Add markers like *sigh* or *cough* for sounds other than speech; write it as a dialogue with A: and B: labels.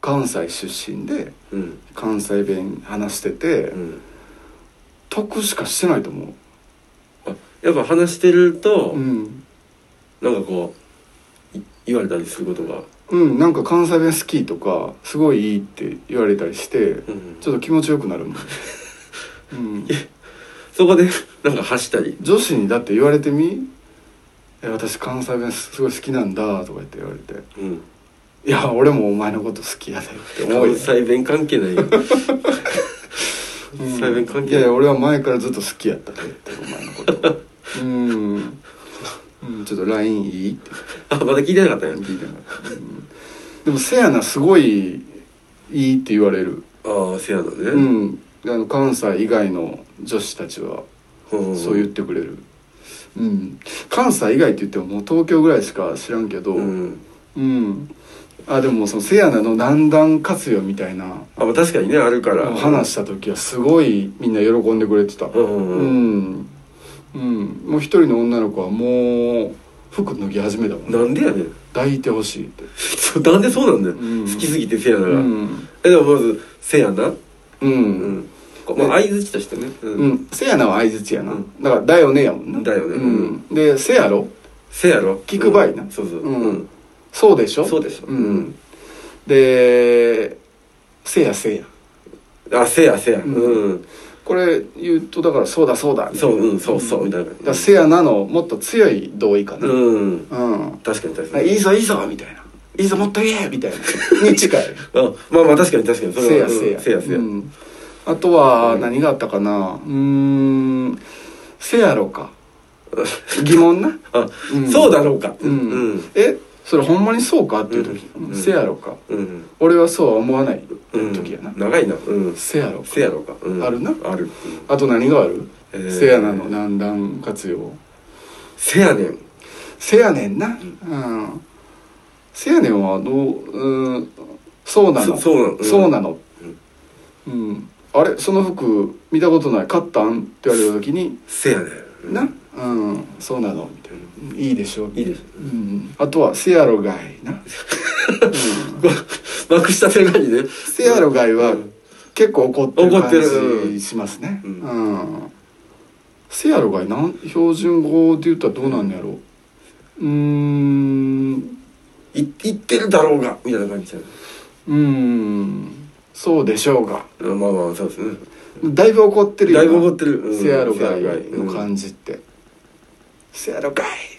A: 関西出身で
B: うん
A: 関西弁話してて、
B: うん
A: 得しかしてないと思
B: あやっぱ話してると、
A: ううん、
B: なんかこうい言われたりすることが、
A: うん、なんか関西弁好きとかすごいいいって言われたりして
B: うん
A: ちょっと気持ちよくなるもん、
B: *laughs*
A: うん、
B: そこで *laughs* なんか走ったり
A: 女子にだって言われてみ「え私関西弁すごい好きなんだ」とか言って言われて
B: 「うん、
A: 「いや俺もお前のこと好きやで」って思うよ
B: 関西弁関
A: *laughs*
B: 係ないよ」関西弁関
A: いや
B: 係
A: い
B: ない
A: や俺は前からずっと好きやったでってお前の
B: *laughs*
A: ことうん、うん、ちょっと LINE いいって
B: あまだ聞いてなかったんや
A: 聞いてなかった、うん *laughs* でもせやなすごいいいって言われる
B: ああせやだね、
A: うん、あの関西以外の女子たちは
B: うん
A: そう言ってくれる、うん関西以外って言ってももう東京ぐらいしか知らんけど
B: う
A: うん、
B: ん
A: あでもそのせやなの南段活用みたいな
B: あまあ確かにねあるから
A: 話した時はすごいみんな喜んでくれてた
B: うんう
A: うん
B: うん、
A: ん、うんもう一人の女の子はもう服脱ぎ始めたもん
B: なんでやねん *laughs*
A: 抱いてほしいって、
B: そうなんでそうなんだよ、
A: うん
B: 好きすぎてせやな
A: う
B: ら、
A: ん
B: えでもまずせやな
A: う
B: うんん、こうまあ相づちとしてね、う
A: うん、せやなは相づちやな、
B: うん
A: だから「だよね」やもんな
B: だよね
A: うん、で「せやろ
B: せやろ
A: 聞く場合な
B: うんそうそう
A: うんそうでしょ」
B: そうでしょ
A: うん、で「せやせや
B: あせやせや
A: うん
B: うん」
A: これ言うとだから「そうだそうだ」
B: そううんそうそうみたい
A: だから
B: な
A: せやな」のもっと強い同意かな
B: うん
A: うん
B: 確かに確か
A: い
B: に
A: いぞいいぞ」みたいな「いいぞもっと言え」みたいな *laughs* に
B: *laughs*
A: 近い
B: あまあまあ確かに確かに
A: 「せや
B: うん
A: せや」
B: せやせや
A: うんあとは何があったかなうーん「せやろ」か疑問な
B: あ
A: うん
B: そうだろうか
A: う
B: うんん、
A: えそれほんまにそうかっていう時、
B: うん
A: せやろか
B: うん
A: 俺はそうは思わないって
B: うん
A: 時やな、
B: 長いなうん
A: せやろか
B: せやろうかうん
A: あるな
B: ある
A: あと何がある、
B: えー
A: せやなの南段活用
B: せやねん
A: せやねんなうん、せやねんはどう、うん、そうなの
B: そそうなのうん
A: そうなのうんあれその服見たことない買ったんって言われた時に
B: せやねん
A: なうんそうなのみたいないいでしょ
B: いいです *laughs*
A: うん、あとは「せやろがいな」
B: まくした手紙ね
A: せやろがいは結構怒ってる
B: 怒ってる
A: 感じしますね。う
B: うんん。
A: せやろがいなん標準語で言ったらどうなんのやろう。うーん。
B: い言ってるだろうがみたいな感じやな
A: うーん。そうでしょうが。
B: うんまあまあそうですね
A: だいぶ怒ってるよな。
B: だいぶ怒ってるうん
A: せやろがい
B: せやろがいうん
A: の感じって。せやろがい